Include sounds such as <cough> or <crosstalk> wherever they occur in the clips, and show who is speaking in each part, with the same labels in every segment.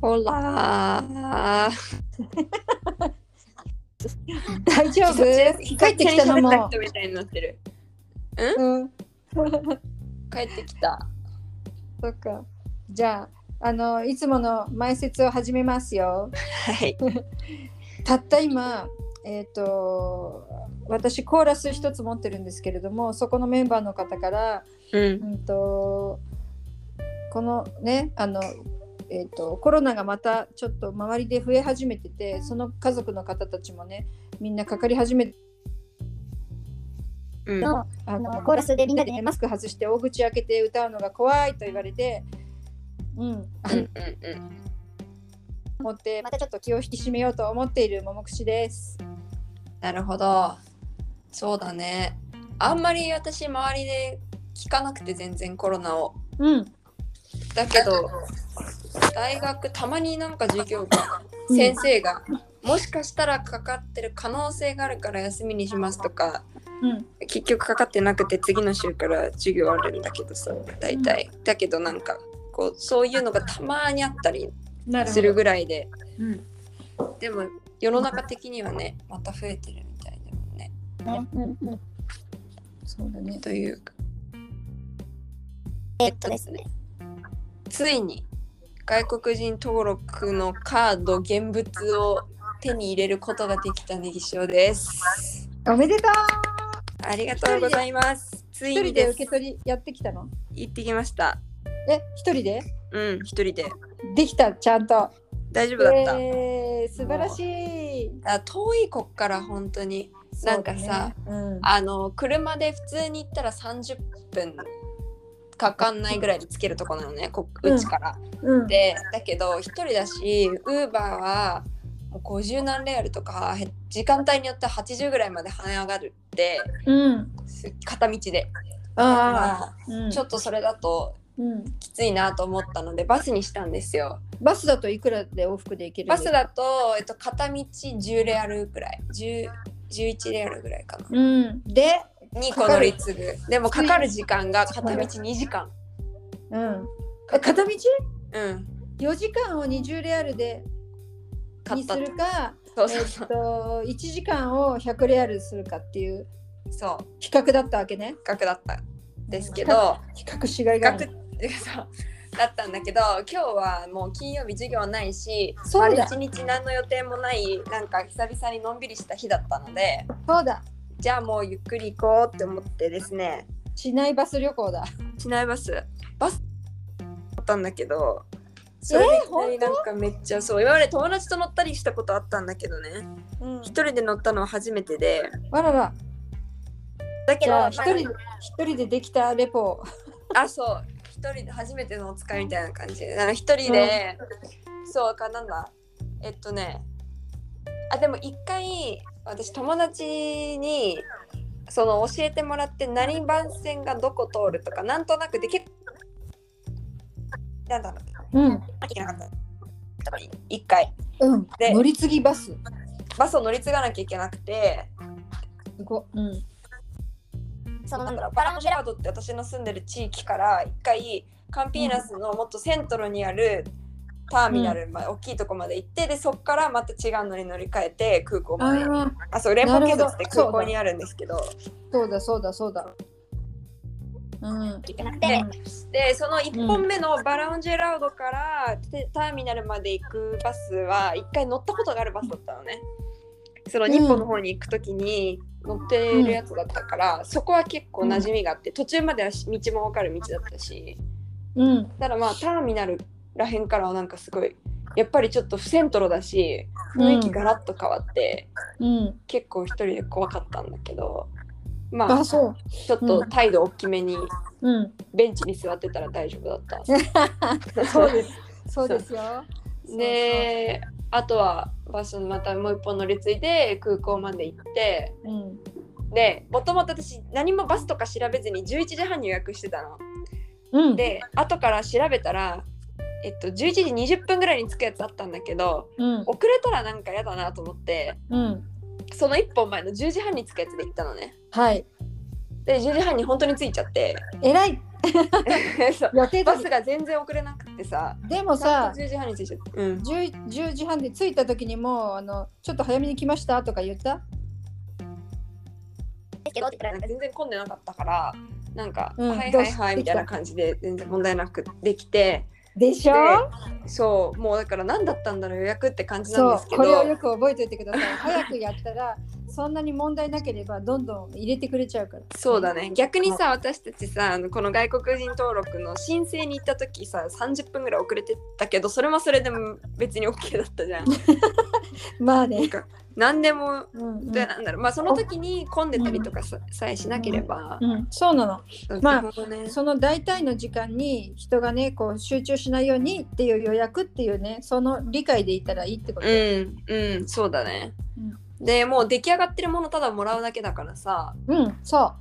Speaker 1: ほらー。
Speaker 2: 大丈夫帰ってきたの
Speaker 1: 喋っ
Speaker 2: も
Speaker 1: た。人みたいになってる。
Speaker 2: うん。
Speaker 1: 帰ってきた。
Speaker 2: そっか。じゃあ、あの、いつもの前説を始めますよ。
Speaker 1: はい。
Speaker 2: たった今、えっ、と、私コーラス一つ持ってるんですけれども、そこのメンバーの方から、
Speaker 1: うん。
Speaker 2: うんと、このね、あの、えー、とコロナがまたちょっと周りで増え始めててその家族の方たちもねみんなかかり始めて
Speaker 1: うん。
Speaker 3: の
Speaker 2: あの
Speaker 3: コーラスでみんなで
Speaker 2: ねマスク外して大口開けて歌うのが怖いと言われて、うん、あ
Speaker 1: うん。う
Speaker 2: の
Speaker 1: ん。
Speaker 2: 思ってまたちょっと気を引き締めようと思っている桃口です。
Speaker 1: なるほど。そうだね。あんまり私周りで聞かなくて全然コロナを。
Speaker 2: うん、
Speaker 1: だけど大学たまになんか授業が先生が、もしかしたらかかってる可能性があるから休みにしますとか
Speaker 2: うん、
Speaker 1: 結局かかってなくて次の週から授業あるんだけどさ大体、だけどなんかこうそういうのがたまにあったり
Speaker 2: なる
Speaker 1: す
Speaker 2: ほ
Speaker 1: る
Speaker 2: ど。
Speaker 1: ぐらいで、
Speaker 2: うん
Speaker 1: でも世の中的にはねまた増えてるみたいだもんね
Speaker 3: ね、うんうん、
Speaker 2: そうだね。
Speaker 1: というか
Speaker 3: えっとですね、
Speaker 1: ついに外国人登録のカード現物を手に入れることができたネギ塩です。
Speaker 2: おめでとう。
Speaker 1: ありがとうございます。つい
Speaker 2: 一人
Speaker 1: に
Speaker 2: で
Speaker 1: で
Speaker 2: 受
Speaker 1: す
Speaker 2: け。取りやってきたの？
Speaker 1: 行ってきました。
Speaker 2: え、一人で？
Speaker 1: うん、一人で。
Speaker 2: できたちゃんと。
Speaker 1: 大丈夫だった。
Speaker 2: えー、素晴らしい。
Speaker 1: あ遠い国から本当になんかさ
Speaker 2: そうだね、うん、
Speaker 1: あの車で普通に行ったら30分かかんないぐらいでつけるとこなのねこ
Speaker 2: うん
Speaker 1: うちから。
Speaker 2: うん、
Speaker 1: でだけど一人だしウーバーはもう50何レアルとかへ時間帯によっては80ぐらいまで跳ね上がるって
Speaker 2: うん、
Speaker 1: す片道で
Speaker 2: ああ、うん、
Speaker 1: ちょっとそれだと
Speaker 2: うん、
Speaker 1: きついなと思ったのでバスにしたんですよ
Speaker 2: バスだといくらで往復で行ける？
Speaker 1: バス。だと、えっと、片道10レアルくらい10 11レアルぐらいかな
Speaker 2: うん。で、
Speaker 1: にこ乗り継ぐでもかかる時間が片道2時間
Speaker 2: うん。え片道？
Speaker 1: うん
Speaker 2: 4時間を20レアルで
Speaker 1: 買
Speaker 2: に
Speaker 1: っ
Speaker 2: す
Speaker 1: た
Speaker 2: るか、
Speaker 1: そう
Speaker 2: え
Speaker 1: そう
Speaker 2: っ
Speaker 1: そう
Speaker 2: と1時間を100レアルするかっていう
Speaker 1: そう
Speaker 2: 比較だったわけね。
Speaker 1: 額だったんですけど
Speaker 2: 比較しがいがあ
Speaker 1: 額
Speaker 2: る。
Speaker 1: そうだったんだけど今日はもう金曜日授業ないし
Speaker 2: そうだ
Speaker 1: 丸一日何の予定もないなんか久々にのんびりした日だったので
Speaker 2: そうだ。
Speaker 1: じゃあもうゆっくり行こうって思ってですね
Speaker 2: 市内バス旅行だ。
Speaker 1: 市内バスバスだったんだけどそれでいきなりなんかめっちゃそう今まで友達と乗ったりしたことあったんだけどね
Speaker 2: うん
Speaker 1: 一人で乗ったのは初めてで
Speaker 2: あらら。
Speaker 1: だけ
Speaker 2: じゃ
Speaker 1: ど
Speaker 2: あ一人一人でできたレポ。
Speaker 1: あそう一人で初めてのお使いみたいな感じであの一人で、そうかなんだえっとねあでも一回私友達にその教えてもらって何番線がどこ通るとかなんとなくで結構なんだろう
Speaker 2: うん。
Speaker 1: 飽きてなかったとか一回
Speaker 2: うん。
Speaker 1: で
Speaker 2: 乗り継ぎバス。す
Speaker 1: バスを乗り継がなきゃいけなくて
Speaker 2: ご。うん。
Speaker 3: その
Speaker 1: な
Speaker 3: なんん
Speaker 1: だろ
Speaker 3: だろ
Speaker 1: う
Speaker 3: う、
Speaker 1: パ
Speaker 3: バ
Speaker 1: ラ
Speaker 3: ラ
Speaker 1: モ
Speaker 3: モ
Speaker 1: ジ
Speaker 3: ジ
Speaker 1: ェ
Speaker 3: ェ
Speaker 1: ラ
Speaker 3: ラ
Speaker 1: ードって私の住んでる地域から一回カンピーナスのもっとセントロにあるターミナル、まあ、大きいとこまで行ってでそっからまた違うのに乗り換えて空港まであ
Speaker 2: ああ。
Speaker 1: そう連邦警
Speaker 2: な
Speaker 1: 察
Speaker 2: る
Speaker 1: っ
Speaker 2: ほ
Speaker 1: て
Speaker 2: ど
Speaker 1: 空港にあるんですけど
Speaker 2: そうだそうだそうだ。うん。
Speaker 3: じゃなく
Speaker 1: で
Speaker 3: て、
Speaker 1: でその1本目のバランジェラードからてターミナルまで行くバスは1回乗ったことがあるバスだったのねその
Speaker 2: うん
Speaker 1: 日本の方に行く時に乗ってるやつだったから、そこは結構馴染みがあって途中まではし道も分かる道だったし。
Speaker 2: うん。
Speaker 1: だからまあターミナルらへんからはなんかすごいやっぱりちょっと不セントロだし
Speaker 2: うん
Speaker 1: 雰囲気ガラッと変わって、
Speaker 2: うん。
Speaker 1: 結構一人で怖かったんだけどまあ
Speaker 2: あ、そう。
Speaker 1: ちょっと態度大きめに
Speaker 2: うん。
Speaker 1: ベンチに座ってたら大丈夫だった。
Speaker 2: <laughs> そうです。そうですよ。
Speaker 1: <laughs> であとはバスまたもう一本乗り継いで空港まで行って
Speaker 2: そうそう。うん。
Speaker 1: でもともと私何もバスとか調べずに11時半に予約してたの。
Speaker 2: うん。
Speaker 1: で後から調べたら、えっと、11時20分ぐらいに着くやつあったんだけど
Speaker 2: うん。
Speaker 1: 遅れたらなんか嫌だなと思って
Speaker 2: うん。
Speaker 1: その1本前の10時半に着くやつで行ったのね
Speaker 2: はい。
Speaker 1: で10時半に本当に着いちゃって <laughs>
Speaker 2: えらい。
Speaker 1: そう
Speaker 2: 予定
Speaker 1: バ
Speaker 2: 通
Speaker 1: ス
Speaker 2: り
Speaker 1: が全然遅れなくてさ
Speaker 2: でもさ
Speaker 1: 10時半に着いちゃったうん、
Speaker 2: 10, 10時半で着いた時にもうあのちょっと早めに来ましたとか言った
Speaker 3: ですけどって言ったら
Speaker 1: な
Speaker 3: なんん
Speaker 1: か
Speaker 3: か
Speaker 1: 全然混んでなかったからなんか、
Speaker 2: うん
Speaker 1: はい
Speaker 2: どう
Speaker 1: はい
Speaker 2: し
Speaker 1: はい
Speaker 2: で
Speaker 1: み
Speaker 2: き
Speaker 1: た
Speaker 2: た
Speaker 1: いな感じで全然問題なくできて
Speaker 2: でしょ
Speaker 1: でそうもうだから何だったんだろう予約って感じなん
Speaker 2: そ
Speaker 1: です
Speaker 2: う
Speaker 1: け
Speaker 2: これを
Speaker 1: ど
Speaker 2: よく覚えておいてください早くやったらそんなに問題なければどんどん入れてくれちゃうから
Speaker 1: そうだね逆にさ私たちさあのこの外国人登録の申請に行った時さ30分ぐらい遅れてたけどそれもそれでも別に OK だったじゃん。
Speaker 2: ま
Speaker 1: な
Speaker 2: あ
Speaker 1: ん
Speaker 2: ね、
Speaker 1: か何でも
Speaker 2: うんうん
Speaker 1: でなんだろうまあその時に混んでたりとかささえしなければ、
Speaker 2: うん、そうなのまあ
Speaker 1: なるほどね
Speaker 2: その大体の時間に人がねこう集中しないようにっていう予約っていうねその理解でいたらいいってこと、
Speaker 1: うんうんそうだね、でもう出来上がってるものただもらうだけだからさ
Speaker 2: うん、そう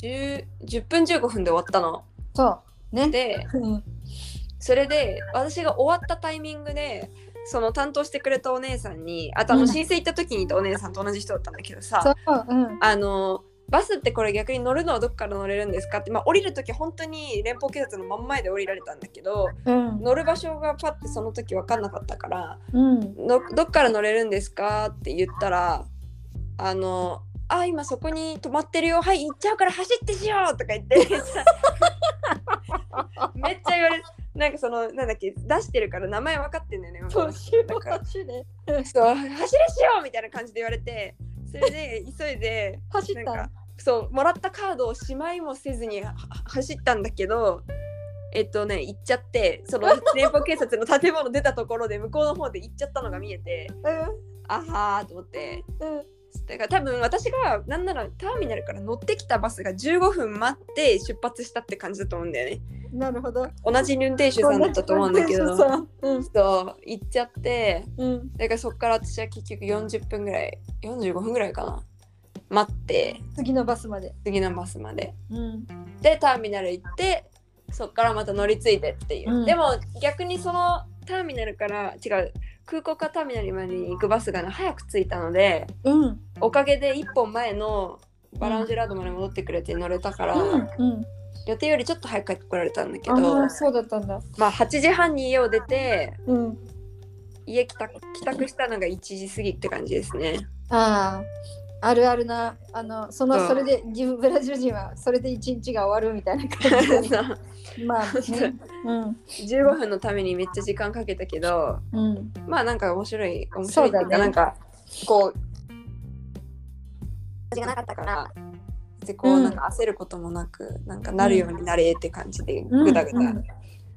Speaker 1: 10, 10分15分で終わったの
Speaker 2: そうね
Speaker 1: で
Speaker 2: うん
Speaker 1: それで私が終わったタイミングでその担当してくれたお姉さんにあとあ
Speaker 2: う
Speaker 1: の
Speaker 2: ん
Speaker 1: 申請行った時にいたお姉さんと同じ人だったんだけどさ、
Speaker 2: そううん
Speaker 1: あのバスってこれ逆に乗るのはどこから乗れるんですかって、まあ、降りる時本当に連邦警察の真ん前で降りられたんだけど
Speaker 2: うん
Speaker 1: 乗る場所がパッてその時分かんなかったから
Speaker 2: うん
Speaker 1: どどっから乗れるんですかって言ったらあの「あ今そこに止まってるよはい行っちゃうから走ってしよう」とか言
Speaker 2: <laughs>
Speaker 1: ってめっちゃ言われるなんかそのなんだっけ出してるから名前分かってんだよね向こうの人
Speaker 2: 年
Speaker 1: だから
Speaker 2: 年ね
Speaker 1: そう走れしようみたいな感じで言われてそれで急いで
Speaker 2: 走っ
Speaker 1: なん
Speaker 2: た
Speaker 1: かそうもらったカードをしまいもせずには走ったんだけどえっとね行っちゃってそ
Speaker 2: <laughs>
Speaker 1: の連邦警察の建物出たところで向こうの方で行っちゃったのが見えてあはーと思って
Speaker 2: うんうん
Speaker 1: だから多分私がなんならターミナルから乗ってきたバスが15分待って出発したって感じだと思うんだよね
Speaker 2: なるほど
Speaker 1: 同じ運転手さんだったと思うんだけど
Speaker 2: 運転
Speaker 1: そう
Speaker 2: 手さんうん
Speaker 1: 行っちゃって
Speaker 2: うん
Speaker 1: だからそっから私は結局40分ぐらい45分ぐらいかな待って
Speaker 2: 次のバスまで
Speaker 1: 次のバスまで
Speaker 2: うん
Speaker 1: でターミナル行ってそっからまた乗り継いでっていう、
Speaker 2: うん
Speaker 1: でも逆にそのターミナルから違う空港からターミナルまでに行くバスがね早く着いたので
Speaker 2: うん
Speaker 1: おかげで1本前のバランジェラードまで戻ってくれて乗れたから、
Speaker 2: うんうん
Speaker 1: 予定よりちょっと早く帰ってこられたんだけ
Speaker 2: あ
Speaker 1: ど
Speaker 2: ーそうだったんだ
Speaker 1: まあ8時半に家を出て
Speaker 2: うん
Speaker 1: 家帰宅帰宅したのが1時過ぎって感じですね
Speaker 2: あああるあるなあのその、
Speaker 1: うん
Speaker 2: それで自分ブラジル人はそれで一日が終わるみたいな
Speaker 1: <laughs>
Speaker 2: 感じで
Speaker 1: 15 <laughs>
Speaker 2: まあ、ね、うん
Speaker 1: 分のためにめっちゃ時間かけたけど
Speaker 2: うん
Speaker 1: まあなんか面白い面白いっていう
Speaker 2: そ
Speaker 1: か
Speaker 2: うだね
Speaker 1: なんかこう
Speaker 3: 時がなかったから
Speaker 1: でこう
Speaker 2: うん
Speaker 1: なんか焦ることもなく、なんかなるようになれって感じで
Speaker 2: うん
Speaker 1: ぐだぐだ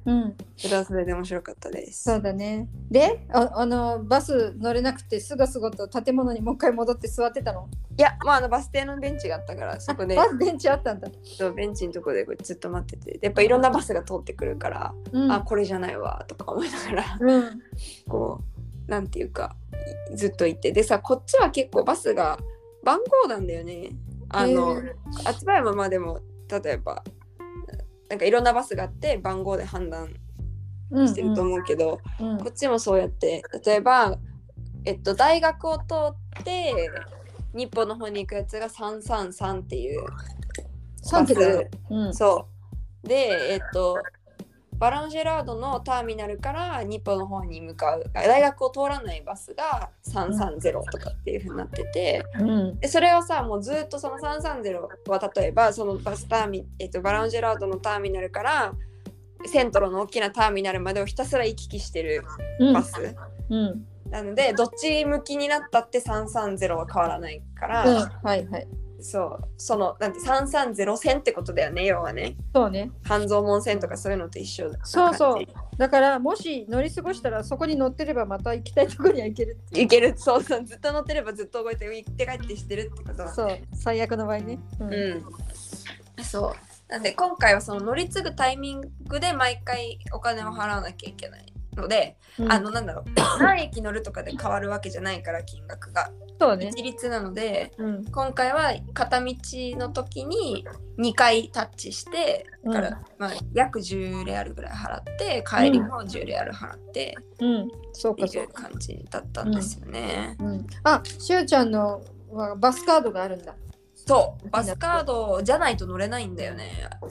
Speaker 2: うん
Speaker 1: それはそれで面白かったです。
Speaker 2: そうだねでああのバス乗れなくてすがすがと建物にもう一回戻って座ってたの
Speaker 1: いやまああのバス停のベンチがあったからそこで
Speaker 2: バスベンチあったんだ、
Speaker 1: そうベンチのとこでこうずっと待っててやっぱいろんなバスが通ってくるから、
Speaker 2: うん
Speaker 1: あこれじゃないわとか思いながら <laughs>
Speaker 2: うん
Speaker 1: こうなんていうかいずっと行ってでさこっちは結構バスが番号なんだよね。あの、
Speaker 2: へ
Speaker 1: 厚葉山までも例えばなんかいろんなバスがあって番号で判断
Speaker 2: うん
Speaker 1: してると思うけど、
Speaker 2: うん
Speaker 1: こっちもそうやって例えば、えっと、大学を通って日本の方に行くやつが333っていう
Speaker 2: 3桁だようん
Speaker 1: そうでえっとバランジェラードのターミナルから日本の方に向かう大学を通らないバスが330とかっていう風になってて
Speaker 2: うん
Speaker 1: でそれをさもうずっとその330は例えばそのバスターミ、えっと、バランジェラードのターミナルからセントロの大きなターミナルまでをひたすら行き来してる
Speaker 2: うん
Speaker 1: バス。
Speaker 2: うん
Speaker 1: なのでどっち向きになったって330は変わらないから、
Speaker 2: うんはいはい
Speaker 1: そうそのなんて330線ってことだよね要はね
Speaker 2: そうね
Speaker 1: 半蔵門線とかそういうのと一緒な感じ
Speaker 2: そうそうだからもし乗り過ごしたらそこに乗ってればまた行きたいところには行けるっていう
Speaker 1: いけるそうそうずっと乗ってればずっと動いて行って帰ってしてるってことだ
Speaker 2: そう最悪の場合ねうん
Speaker 1: うんそうなんで今回はその乗り継ぐタイミングで毎回お金を払わなきゃいけないので、
Speaker 2: うん
Speaker 1: あのなんだろう <coughs> 何駅乗るとかで変わるわけじゃないから金額が
Speaker 2: そうね
Speaker 1: 一律なので
Speaker 2: うん
Speaker 1: 今回は片道の時に2回タッチしてだから、
Speaker 2: うん
Speaker 1: まあ、約10レアルぐらい払って帰りも10レアル払って
Speaker 2: うんそうか
Speaker 1: って
Speaker 2: そ
Speaker 1: いうう
Speaker 2: か
Speaker 1: 感じだったんですよね。
Speaker 2: うんあしおちゃんのはバスカードがあるんだ
Speaker 1: そうバスカードじゃないと乗れないんだよね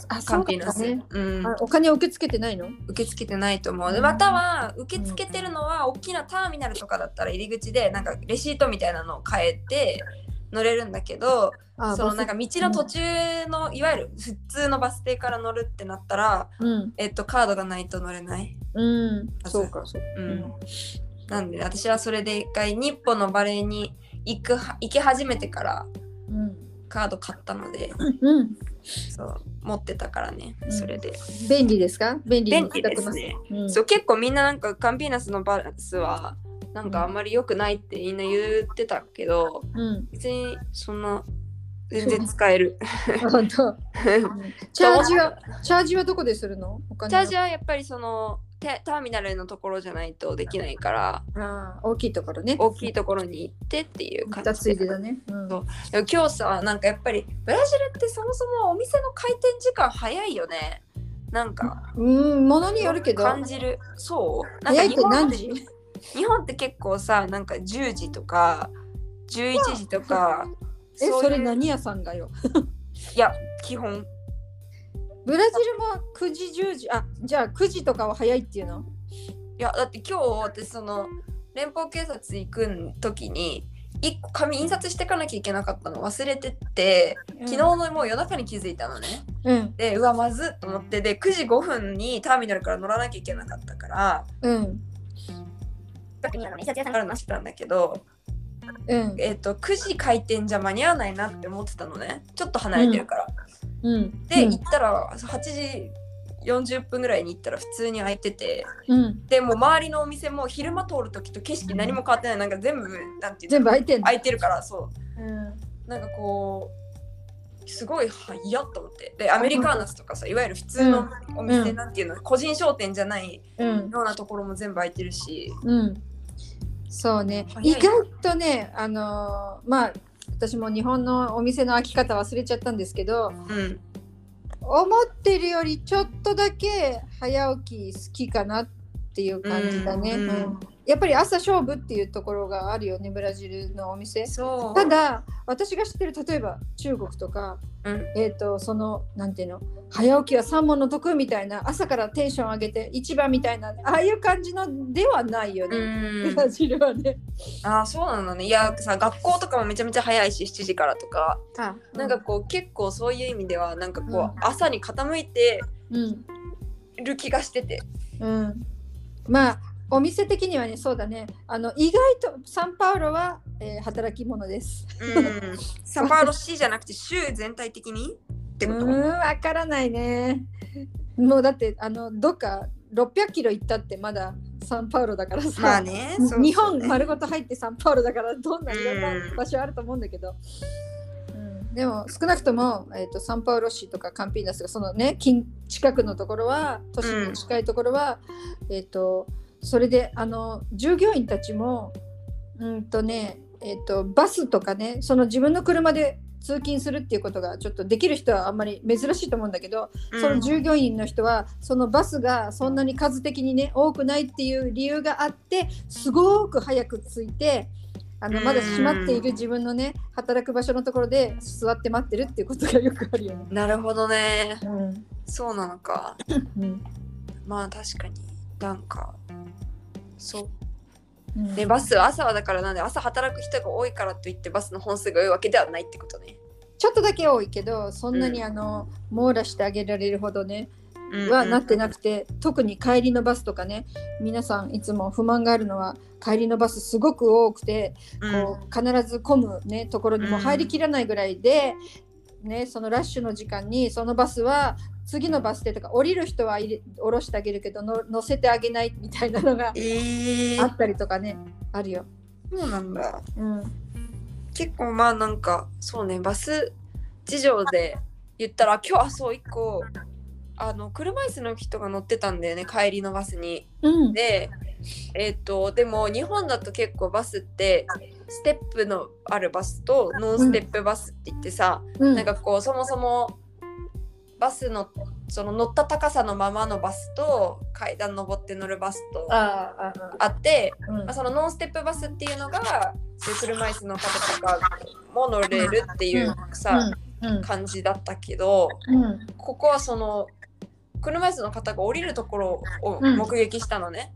Speaker 3: あ、
Speaker 1: カ
Speaker 3: そ
Speaker 1: ン
Speaker 3: う
Speaker 1: ピーナ
Speaker 3: だ
Speaker 1: ス、
Speaker 2: ね
Speaker 1: うん
Speaker 2: あお金を受け付けてないの
Speaker 1: 受け付けてないと思うでまたは受け付けてるのは大きなターミナルとかだったら入り口でなんかレシートみたいなのを変えて乗れるんだけど
Speaker 2: あ
Speaker 1: その
Speaker 2: バス
Speaker 1: なんか道の途中のいわゆる普通のバス停から乗るってなったら、
Speaker 2: うん、
Speaker 1: えっと、カードがないと乗れない。
Speaker 2: うん、
Speaker 1: バス
Speaker 2: そうかそうか、
Speaker 1: うん、なんで私はそれで一回日本のバレエに行くは行き始めてから
Speaker 2: うん
Speaker 1: カード買ったので
Speaker 2: うん、
Speaker 1: そう持ってたからね
Speaker 2: うん
Speaker 1: それで、
Speaker 2: 便利ですか便利に
Speaker 1: 便利ですね。
Speaker 2: うん、
Speaker 1: そう結構みんななんかカンピーナスのバランスはなんかあんまり良くないってみんな言ってたけど
Speaker 2: うん、
Speaker 1: 別にそんな全然使える <laughs>
Speaker 2: 本当。チャージは、チャージはどこでするのお金
Speaker 1: チャージ
Speaker 2: は
Speaker 1: はやっぱりそのテターミナルのところじゃないとできないから
Speaker 2: あー大きいところね。
Speaker 1: 大きいところに行ってっていう感
Speaker 2: 二つ
Speaker 1: じ
Speaker 2: いで
Speaker 1: で
Speaker 2: だね。うん
Speaker 1: そうでも今日さなんかやっぱりブラジルってそもそもお店の開店時間早いよねなんか
Speaker 2: うん、ものによるけど。
Speaker 1: 感じるそうなんか
Speaker 2: 早いって
Speaker 1: 日本
Speaker 2: 何
Speaker 1: って
Speaker 2: 時？
Speaker 1: 日本って結構さなんか10時とか11時とか
Speaker 2: え、
Speaker 1: ういう
Speaker 2: それ何屋さんがよ。
Speaker 1: いや基本
Speaker 2: ブラジルも九時十時、あ、じゃあ九時とかは早いっていうの？
Speaker 1: いやだって今日私その連邦警察行く時に1個紙印刷してかなきゃいけなかったの忘れてって昨日のもう夜中に気づいたのね
Speaker 2: うん、
Speaker 1: でうわまずっと思ってで9時5分にターミナルから乗らなきゃいけなかったから
Speaker 2: うん、
Speaker 1: からなしたんだけど、
Speaker 2: うん、
Speaker 1: えっと9時開店じゃ間に合わないなって思ってたのねちょっと離れてるから、
Speaker 2: うん。
Speaker 1: で行ったら8時40分ぐらいに行ったら普通に開いてて
Speaker 2: うん、
Speaker 1: でもう周りのお店も昼間通る時と景色何も変わってないなんか全部なんていうの
Speaker 2: 全部開いてんの。
Speaker 1: 開いてるからそ
Speaker 2: うん
Speaker 1: うなんかこうすごい早っと思ってでアメリカーナスとかさいわゆる普通のお店、
Speaker 2: うん
Speaker 1: なんていうの個人商店じゃないよ
Speaker 2: う
Speaker 1: う
Speaker 2: ん、
Speaker 1: なところも全部開いてるし
Speaker 2: うん。そうね。
Speaker 1: 早い
Speaker 2: 意外とね、あのーまあ私も日本のお店の開き方忘れちゃったんですけど、
Speaker 1: うん
Speaker 2: 思ってるよりちょっとだけ早起き好きかなっていう感じだね、
Speaker 1: うんうん
Speaker 2: うんやっぱり朝勝負っていうところがあるよねブラジルのお店
Speaker 1: そう
Speaker 2: ただ私が知ってる例えば中国とか、
Speaker 1: うん
Speaker 2: えっ、とそのなんていうの早起きは三問の得みたいな朝からテンション上げて市場みたいなああいう感じのではないよ
Speaker 1: う
Speaker 2: ね、
Speaker 1: ん
Speaker 2: ブラジルはね
Speaker 1: ああそうなんだねいやさ学校とかもめちゃめちゃ早いし7時からとかなんか、こう結構そういう意味ではなんかこう、
Speaker 2: うん
Speaker 1: 朝に傾いて
Speaker 2: うん
Speaker 1: る気がしてて
Speaker 2: うん、まあお店的にはねそうだねあの意外とサンパウロは、えー働き者です。
Speaker 1: うん <laughs> サパーロ市じゃなくて州全体的にって
Speaker 2: う
Speaker 1: こ
Speaker 2: ー
Speaker 1: と
Speaker 2: んわからないね。もうだってあのどっか600キロ行ったってまだサンパウロだからさ、
Speaker 1: まあねそうそう
Speaker 2: 日本丸ごと入ってサンパウロだからどんないろん
Speaker 1: う
Speaker 2: なん場所あると思うんだけど。うんでも少なくとも、えー、とサンパウロ市とかカンピーナスがそのね近近くのところは都市に近いところは、えっ、とそれであの従業員たちもうんとねえっ、とバスとかねその自分の車で通勤するっていうことがちょっとできる人はあんまり珍しいと思うんだけど、
Speaker 1: うん
Speaker 2: その従業員の人はそのバスがそんなに数的にね多くないっていう理由があってすごく早く着いてあの
Speaker 1: うん
Speaker 2: まだ閉まっている自分のね働く場所のところで座って待ってるっていうことがよくあるよね。
Speaker 1: なるほどね
Speaker 2: うん
Speaker 1: そうなのか
Speaker 2: うん
Speaker 1: まあ確かになんかそう
Speaker 2: うん
Speaker 1: でバスは朝はだからなんで朝働く人が多いからといってバスの本数が多いわけではないってことね
Speaker 2: ちょっとだけ多いけどそんなに
Speaker 1: うん
Speaker 2: あの、網羅してあげられるほどね
Speaker 1: うん
Speaker 2: はなってなくて特に帰りのバスとかね皆さんいつも不満があるのは帰りのバスすごく多くてこう必ず混む、ね、ところにも入りきらないぐらいで、ね、そのラッシュの時間にそのバスは次のバス停とか降りる人は入れ降ろしてあげるけどの乗せてあげないみたいなのが
Speaker 1: えー
Speaker 2: あったりとかねあるよ。
Speaker 1: そうなんだ
Speaker 2: うん
Speaker 1: 結構まあなんかそうねバス事情で言ったら今日あそう一個あの車椅子の人が乗ってたんだよね帰りのバスに。
Speaker 2: うん
Speaker 1: でえっ、とでも日本だと結構バスってステップのあるバスとノンステップバスって言ってさ、
Speaker 2: うん
Speaker 1: なんかこうそもそもバスのその乗った高さのままのバスと階段登って乗るバスと
Speaker 2: ああああ
Speaker 1: あって
Speaker 2: うん
Speaker 1: まあ、そのノンステップバスっていうのがそういう車椅子の方とかモノレールっていうさ、
Speaker 2: うん
Speaker 1: 感じだったけど
Speaker 2: うん
Speaker 1: ここはその車椅子の方が降りるところを
Speaker 2: うん
Speaker 1: 目撃したのね、
Speaker 2: うん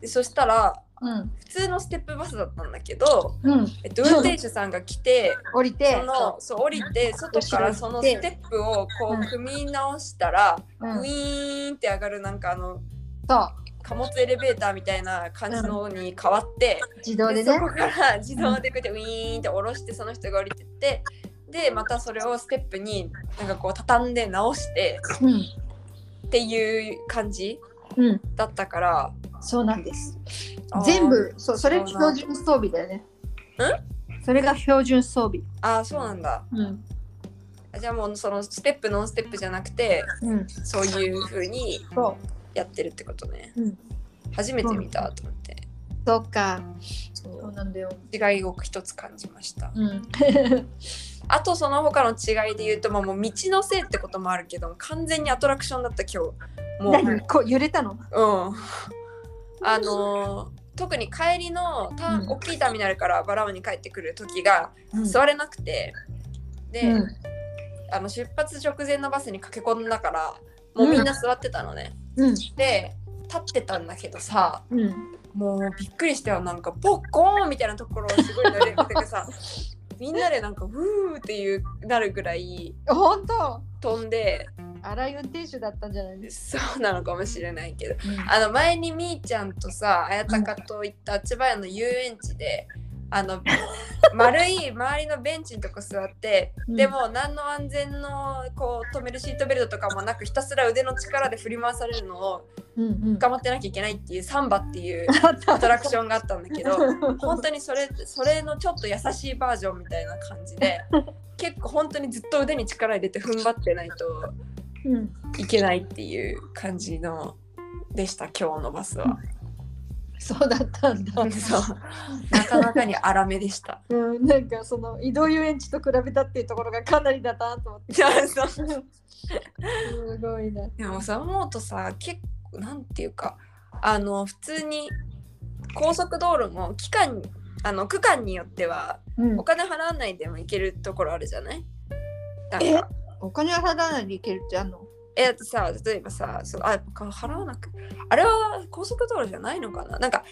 Speaker 1: でそしたら
Speaker 2: うん
Speaker 1: 普通のステップバスだったんだけど、
Speaker 2: うん
Speaker 1: えっと、運転手さんが来て
Speaker 2: 降りて
Speaker 1: そのそう降りて外からそのステップをこ
Speaker 2: うん
Speaker 1: う組み直したら、
Speaker 2: うん
Speaker 1: ウィーンって上がるなんかあの
Speaker 2: そう
Speaker 1: 貨物エレベーターみたいな感じのに変わって、
Speaker 2: 自動で
Speaker 1: で
Speaker 2: ね
Speaker 1: そこから自動でこうやってウィーンって下ろしてその人が降りてってでまたそれをステップになんかこう畳んで直して
Speaker 2: うん
Speaker 1: っていう感じ
Speaker 2: うん
Speaker 1: だったから
Speaker 2: そうなんです
Speaker 1: あー
Speaker 2: 全部そうそれ
Speaker 1: そうな
Speaker 2: 標
Speaker 1: ん
Speaker 2: 準装備だよねそれが標準装備
Speaker 1: ああそうなんだ
Speaker 2: うん
Speaker 1: じゃあもうそのステップノンステップじゃなくて
Speaker 2: うん
Speaker 1: そういう風に
Speaker 2: そ
Speaker 1: やってるってことね
Speaker 2: ううん
Speaker 1: 初めて見たと思って
Speaker 2: そうか
Speaker 1: そ
Speaker 2: そうなんだよ
Speaker 1: う違いを一つ感じました
Speaker 2: うん
Speaker 1: あとその他の違いで言うと、まあ、もう道のせいってこともあるけど完全にアトラクションだった今日もう
Speaker 2: 何こう揺れた
Speaker 1: う
Speaker 2: の
Speaker 1: ん。あのー特に帰りのターン、
Speaker 2: うん
Speaker 1: 大きいターミナルからバラオに帰ってくる時が座れなくて、で、
Speaker 2: うん
Speaker 1: あの出発直前のバスに駆け込んだからもうみんな座ってたのね。
Speaker 2: うん
Speaker 1: で立ってたんだけどさ
Speaker 2: うん
Speaker 1: もうびっくりしたよなんかポッコーンみたいなところをすごい乗れてて
Speaker 2: <laughs>
Speaker 1: さみんなでなんかウーっていうなるぐらい
Speaker 2: 本当
Speaker 1: 飛んで
Speaker 2: 荒い運転手だったんじゃないです
Speaker 1: そうなのかもしれないけど
Speaker 2: か
Speaker 1: あの前にみーちゃんとさ綾鷹と行った千葉屋の遊園地であ
Speaker 2: <laughs>
Speaker 1: の丸い周りのベンチのとこ座って、
Speaker 2: うん
Speaker 1: でも何の安全のこう止めるシートベルトとかもなくひたすら腕の力で振り回されるのを
Speaker 2: うんうん
Speaker 1: 捕まってなきゃいけないっていうサンバっていう
Speaker 2: あった
Speaker 1: アトラクションがあったんだ
Speaker 2: <laughs>
Speaker 1: けど本当にそれそれのちょっと優しいバージョンみたいな感じ
Speaker 2: <laughs>
Speaker 1: で結構本当にずっと腕に力入れて踏ん張ってないと
Speaker 2: うん
Speaker 1: いけないっていう感じのでした今日のバスは。
Speaker 2: そうだったんだ
Speaker 1: そうなかなかに荒めでした。
Speaker 2: うんなんかその移動遊園地と比べたっていうところがかなりだなと思って
Speaker 1: そう
Speaker 2: すごいな
Speaker 1: でもさ思うとさ結構なんていうかあの普通に高速道路も期間あの区間によっては
Speaker 2: うん
Speaker 1: お金払わないでも行けるところあるじゃないなん
Speaker 2: え
Speaker 1: か
Speaker 2: お金払わないで行けるってあんの
Speaker 1: えだってさ例えばさそうあやっぱ払わなくあれは高速道路じゃないのかななんか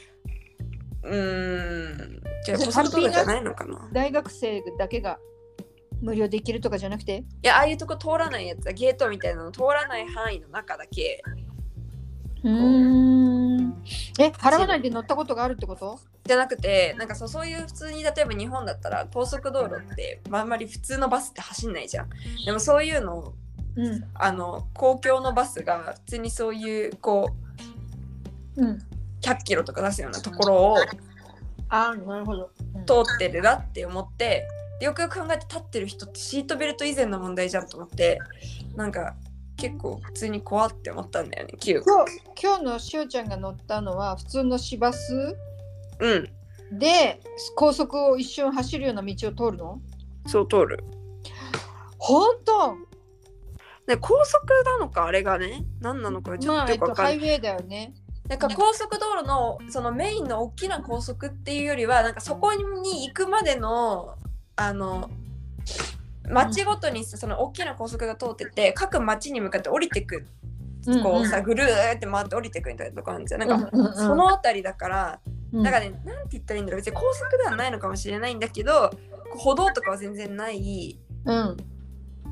Speaker 1: うーんじゃあ
Speaker 2: じゃあ
Speaker 1: 高速道路じゃないのかない
Speaker 2: 大学生だけが無料で行けるとかじゃなくて
Speaker 1: やああいうとこ通らないやつだゲートみたいなの通らない範囲の中だけ
Speaker 2: うーんえ払わないで乗ったことがあるってこと
Speaker 1: じゃなくてなんかそうそういう普通に例えば日本だったら高速道路ってまああんまり普通のバスって走んないじゃんでもそういうのを
Speaker 2: うん
Speaker 1: あの公共のバスが普通にそういうこう
Speaker 2: うん
Speaker 1: 100キロとか出すようなところを
Speaker 2: ああなるほど
Speaker 1: 通ってるなって思ってでよくよく考えて立ってる人ってシートベルト以前の問題じゃんと思ってなんか結構普通に怖って思ったんだよね9
Speaker 2: 今日今日のしおちゃんが乗ったのは普通の市バス
Speaker 1: うん
Speaker 2: で高速を一瞬走るような道を通るの
Speaker 1: そう通る
Speaker 2: 本当
Speaker 1: で高速なのかあれがね何なのかちょ
Speaker 2: ま
Speaker 1: っ
Speaker 2: あ
Speaker 1: と
Speaker 2: え
Speaker 1: よ
Speaker 2: っ
Speaker 1: くわ
Speaker 2: と
Speaker 1: かんな
Speaker 2: ハ
Speaker 1: い
Speaker 2: イウェイだよね
Speaker 1: なんか高速道路のそのメインの大きな高速っていうよりはなんかそこに行くまでのあの町ごとにさその大きな高速が通ってて各町に向かって降りてくこうさぐるーって回って降りてくみたいなとこあるんですよなんかその辺りだからなんか
Speaker 2: ね
Speaker 1: ねなんて言ったらいいんだろう別に高速ではないのかもしれないんだけどこう歩道とかは全然ない
Speaker 2: うん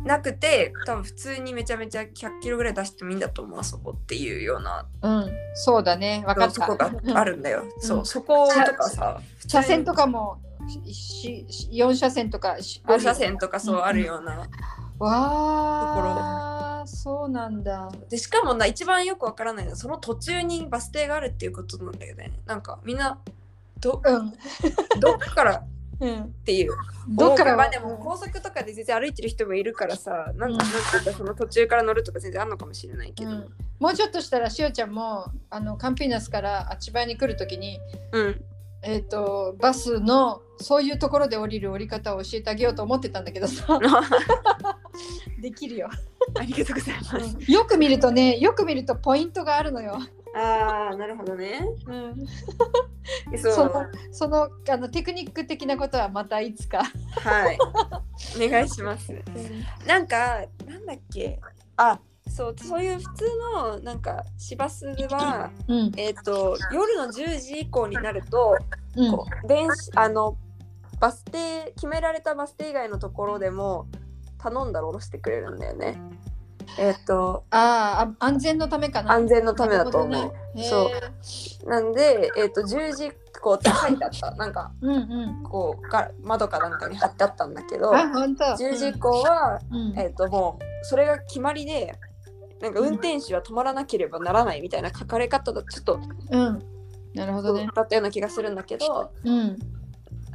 Speaker 1: なくて多分普通にめちゃめちゃ100キロぐらい出してもいいんだと思うあそこっていうような
Speaker 2: うんそうだね分かっ
Speaker 1: そこが
Speaker 2: た
Speaker 1: あるんだよ。そうう、
Speaker 2: ん
Speaker 1: そことかさ、
Speaker 2: 車線とかもしし4車線とかし
Speaker 1: 5車線とかそう
Speaker 2: うん
Speaker 1: あるような。
Speaker 2: わあそうなんだ
Speaker 1: で、しかもな、一番よくわからないのは、その途中にバス停があるっていうことなんだよね。なんか、みんな、ど、
Speaker 2: うん
Speaker 1: どっから
Speaker 2: うん
Speaker 1: っていう。
Speaker 2: <laughs> どっから
Speaker 1: まあでも、高速とかで全然歩いてる人もいるからさ、なん
Speaker 2: うん
Speaker 1: なんていうか、その途中から乗るとか全然あるのかもしれないけ
Speaker 2: う
Speaker 1: ど。うんん。
Speaker 2: もうちょっとしたらしおちゃんもあのカンピーナスからあちばに来るときに
Speaker 1: <laughs>
Speaker 2: えっ、とバスのそういうところで降りる降り方を教えてあげようと思ってたんだけ
Speaker 1: <laughs>
Speaker 2: どさできるよ、
Speaker 1: ありがとうございます。
Speaker 2: よく見るとねよく見るとポイントがあるのよ
Speaker 1: ああ、なるほどね。
Speaker 2: うん、
Speaker 1: そう。
Speaker 2: <laughs> そうそのあのテクニック的なことはまたいつか。
Speaker 1: はい。お願いします。なんか、なんだっけ。あ、そう、そういう普通の、なんか、市バス
Speaker 2: <laughs>
Speaker 1: は、
Speaker 2: うん
Speaker 1: えっ、と、夜の10時以降になると、
Speaker 2: うん
Speaker 1: こう電子あのバス停決められたバス停以外のところでも頼んだら降ろしてくれるんだよね。えっ、と
Speaker 2: あーあ安全のためかな。
Speaker 1: 安全のためだと
Speaker 2: なる
Speaker 1: 思
Speaker 2: ほどね
Speaker 1: そうう。なんで、えっと10時こうって書いてあったなんか
Speaker 2: へーうんうん。
Speaker 1: こうが窓かなんかに貼ってあったんだけど
Speaker 2: あ本当。
Speaker 1: 10時以降は、
Speaker 2: うん
Speaker 1: えっともうそれが決まりでなんか運転手は止まらなければならないみたいな書かれ方だとちょっと
Speaker 2: うん。なるほどね。
Speaker 1: だったような気がするんだけど。
Speaker 2: うん。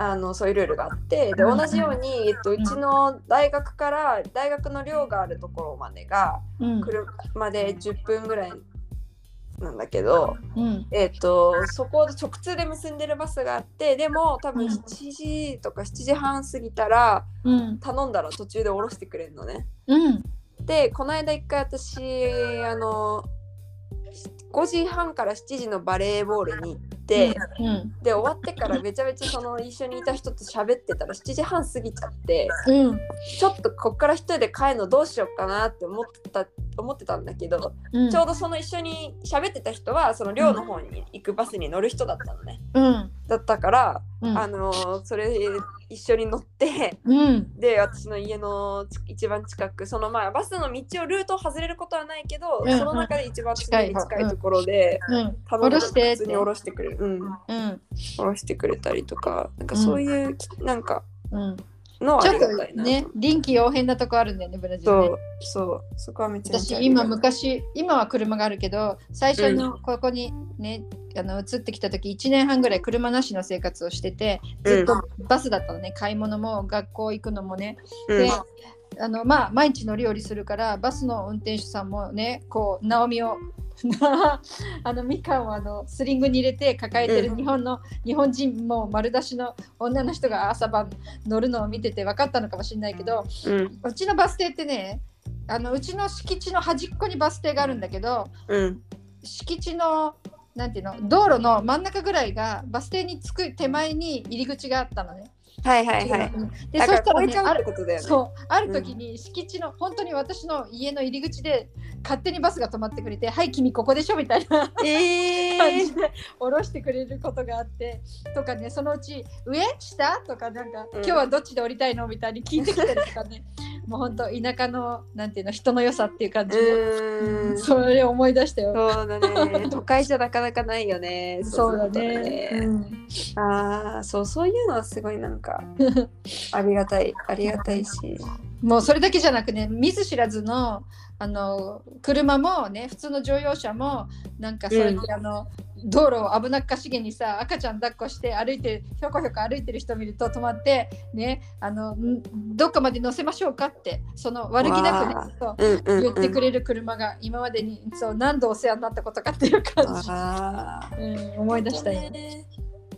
Speaker 1: あのそういうルールがあってで
Speaker 2: う
Speaker 1: 同
Speaker 2: ん
Speaker 1: じように、えっと、うちの大学から大学の寮があるところまでが
Speaker 2: うん。
Speaker 1: 車で10分ぐらいなんだけど、
Speaker 2: うん。
Speaker 1: えっと、そこを直通で結んでるバスがあってでも多分
Speaker 2: うん
Speaker 1: 7時とか7時半過ぎたら
Speaker 2: うん。
Speaker 1: 頼んだら途中で降ろしてくれるのね。
Speaker 2: うん。
Speaker 1: でこの間一回私あの5時半から7時のバレーボールに行って。
Speaker 2: うん。
Speaker 1: で終わってからめちゃめちゃその一緒にいた人と喋ってたら7時半過ぎちゃって
Speaker 2: うん。
Speaker 1: ちょっとこっから一人で帰るのどうしようかなって思ってた思ってたんだけど、
Speaker 2: うん。
Speaker 1: ちょうどその一緒に喋ってた人はその寮の方に行くバスに乗る人だったのね
Speaker 2: うん。
Speaker 1: だったから、
Speaker 2: うん
Speaker 1: あのーそれ一緒に乗って
Speaker 2: うん。
Speaker 1: で私の家のち一番近くそのまあバスの道をルートを外れることはないけど、
Speaker 2: うん
Speaker 1: その中で一番近い
Speaker 2: 近い
Speaker 1: 近いところで、
Speaker 2: うん。
Speaker 1: 多
Speaker 2: 降ろして
Speaker 1: 普
Speaker 2: って
Speaker 1: 通に降ろしてくれる。うん
Speaker 2: うん。
Speaker 1: 下ろしてくれたりとか、なんかそういう、なんか
Speaker 2: うん。
Speaker 1: のは
Speaker 2: ち
Speaker 1: あ
Speaker 2: ょ
Speaker 1: り
Speaker 2: っ
Speaker 1: がたい
Speaker 2: と
Speaker 1: な。
Speaker 2: ね、臨機応変なとこあるんだよね、ブラジル
Speaker 1: そ
Speaker 2: ね。
Speaker 1: う、そう、そこはめちゃめち
Speaker 2: 私
Speaker 1: ゃありが
Speaker 2: 今
Speaker 1: たい。
Speaker 2: 昔今は車があるけど最初のここにね、あの移ってきた時1年半ぐらい車なしの生活をしててずっとバスだったのね、買い物も学校行くのもね、であのまあ毎日乗り降りするからバスの運転手さんもねこうナオミを <laughs> あのみかんをあのスリングに入れて抱えて
Speaker 1: う
Speaker 2: る
Speaker 1: ん
Speaker 2: 日本の、日本人もう丸出しの女の人が朝晩乗るのを見てて分かったのかもしれないけど、
Speaker 1: うん、
Speaker 2: うちのバス停ってねあのうちの敷地の端っこにバス停があるんだけど
Speaker 1: うん、
Speaker 2: 敷地のなんていうの道路の真ん中ぐらいがバス停に着く手前に入り口があったのね。
Speaker 1: はいはいはい。
Speaker 2: うんで
Speaker 1: だ
Speaker 2: そ
Speaker 1: から
Speaker 2: したら、
Speaker 1: 超え
Speaker 2: ね、
Speaker 1: ちゃ
Speaker 2: あ
Speaker 1: うって
Speaker 2: る
Speaker 1: ことだよね。
Speaker 2: そうある時に敷地の、本当に私の家の入り口で勝手にバスが止まってくれて「はい君ここでしょ」みたいな
Speaker 1: え
Speaker 2: 感
Speaker 1: え
Speaker 2: じで降ろしてくれることがあってとかねそのうち「上下?」とかなんか、
Speaker 1: うん
Speaker 2: 今日はどっちで降りたいの?」みたいに聞いてきたりとか <laughs> ねもう本当田舎のなんていうの人の良さっていう感じで、
Speaker 1: うーん。そ
Speaker 2: それ思い出したよ。
Speaker 1: うだね。都会じゃなかなかないよね。
Speaker 2: そうだ
Speaker 1: いこと
Speaker 2: ね。うん
Speaker 1: ああ、そう、そういうのはすごいなんか。ありがたい、ありがたいし。
Speaker 2: もうそれだけじゃなくね見ず知らずのあの車もね普通の乗用車もなんかそうやって、あの道路を危なっかしげにさ赤ちゃん抱っこして歩いてひょこひょこ歩いてる人見ると止まってねあのんどっかまで乗せましょうかってその悪気なくね
Speaker 1: わあ
Speaker 2: そう
Speaker 1: うん、うん、
Speaker 2: 言って
Speaker 1: う
Speaker 2: く
Speaker 1: ん。
Speaker 2: れる車が今までにそう何度お世話になったことかっていう感じ、
Speaker 1: ああ、
Speaker 2: うん、思い出したよね。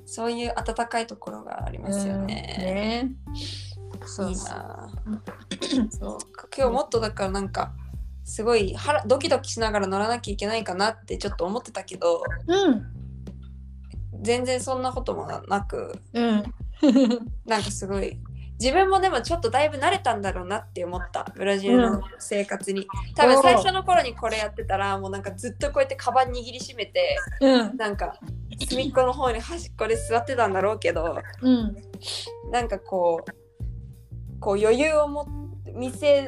Speaker 1: そういう温かいところがありますよね。
Speaker 2: うんねそう
Speaker 1: いいなぁそうか今日もっとだからなんかすごい腹ドキドキしながら乗らなきゃいけないかなってちょっと思ってたけど
Speaker 2: うん
Speaker 1: 全然そんなこともななく
Speaker 2: うん
Speaker 1: なんかすごい自分もでもちょっとだいぶ慣れたんだろうなって思ったブラジルの生活に、多
Speaker 2: お
Speaker 1: 分
Speaker 2: う
Speaker 1: 最初の頃にこれやってたらもうなんかずっとこうやってカバン握りしめて
Speaker 2: うん
Speaker 1: なんか隅っこの方に端っこで座ってたんだろうけど
Speaker 2: うん
Speaker 1: なんかこうこう余裕をも見せ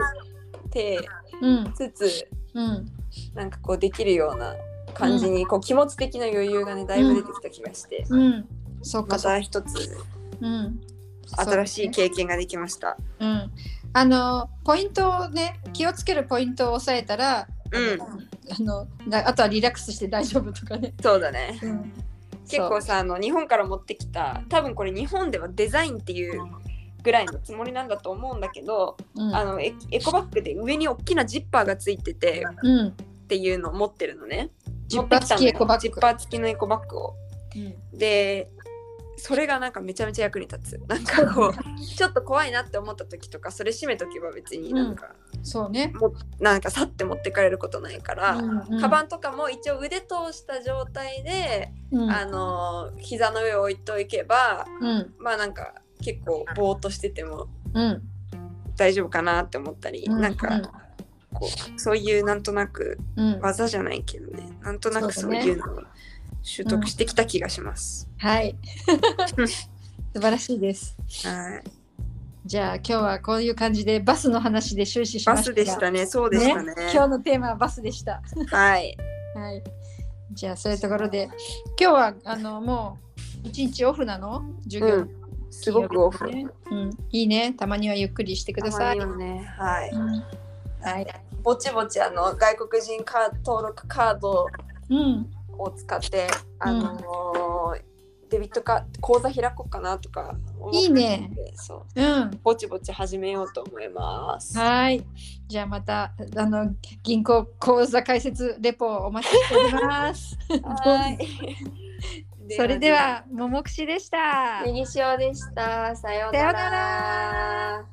Speaker 1: て
Speaker 2: うん
Speaker 1: つつ
Speaker 2: うん
Speaker 1: なんかこうできるような感じに、こう気持ち的な余裕がねだいぶ出てきた気がして、
Speaker 2: うん、そっか
Speaker 1: ま
Speaker 2: そっか。
Speaker 1: た一つ
Speaker 2: うん。
Speaker 1: 新しい
Speaker 2: そう
Speaker 1: 経験ができました。
Speaker 2: ねうん。あのポイントをね気をつけるポイントを押さえたら、
Speaker 1: うん
Speaker 2: あのなあとはリラックスして大丈夫とかね。
Speaker 1: そうだね結
Speaker 2: そう
Speaker 1: 構さあの日本から持ってきた多分これ日本ではデザインっていうぐらいのつもりなんだと思うんだけど、
Speaker 2: うん
Speaker 1: あのエエコバッグで上に大きなジッパーがついてて
Speaker 2: うん
Speaker 1: っていうのを持ってるのね。
Speaker 2: ジッパー付きエコバ
Speaker 1: 持ってきたのよジ
Speaker 2: ッグ
Speaker 1: ッパー付きのエコバッグを。
Speaker 2: うん
Speaker 1: でそれがなんかめちゃめちゃ役に立つ <laughs> なんかこ
Speaker 2: <laughs>
Speaker 1: うちょっと怖いなって思った時とかそれ閉めとけば別になんか、
Speaker 2: そうね。
Speaker 1: もなんかさって持ってかれることないから、
Speaker 2: うんうん
Speaker 1: カバンとかも一応腕通した状態で、
Speaker 2: うん
Speaker 1: あの膝の上を置いといけば
Speaker 2: うん
Speaker 1: まあなんか結構ぼーっとしてても
Speaker 2: うん
Speaker 1: 大丈夫かなって思ったり、
Speaker 2: うん
Speaker 1: なんか、
Speaker 2: うん
Speaker 1: こうそういうなんとなく
Speaker 2: うん。
Speaker 1: 技じゃないけどねなんとなく
Speaker 2: そ
Speaker 1: そうう
Speaker 2: だね
Speaker 1: いうのを習得してきた気がします。 <laughs>
Speaker 2: はい。素晴らしいです。
Speaker 1: はい
Speaker 2: じゃあ今日はこういう感じでバスの話で終始しま
Speaker 1: バ
Speaker 2: した。
Speaker 1: スでしたねそうでしたね
Speaker 2: 今日のテーマはバスでした。
Speaker 1: はい
Speaker 2: はい。じゃあそういうところで今日はあのもう一日オフなの授業、
Speaker 1: うんすごくオフ
Speaker 2: 金曜日ねうん。いいね。たまにはゆっくりしてください。
Speaker 1: たまにはねはい
Speaker 2: うんはい。
Speaker 1: ぼちぼちあの外国人カード登録カード
Speaker 2: うん。
Speaker 1: を使って、あのーデビットカ口座開こうかなとか思って
Speaker 2: いいね
Speaker 1: そう
Speaker 2: うん。
Speaker 1: ぼちぼち始めようと思います。
Speaker 2: はい。じゃあまたあの銀行口座開設レポをお待ちしております。
Speaker 1: はい。
Speaker 2: それではももくしでした。
Speaker 1: ネギ塩でした。さような
Speaker 2: さよう
Speaker 1: ら。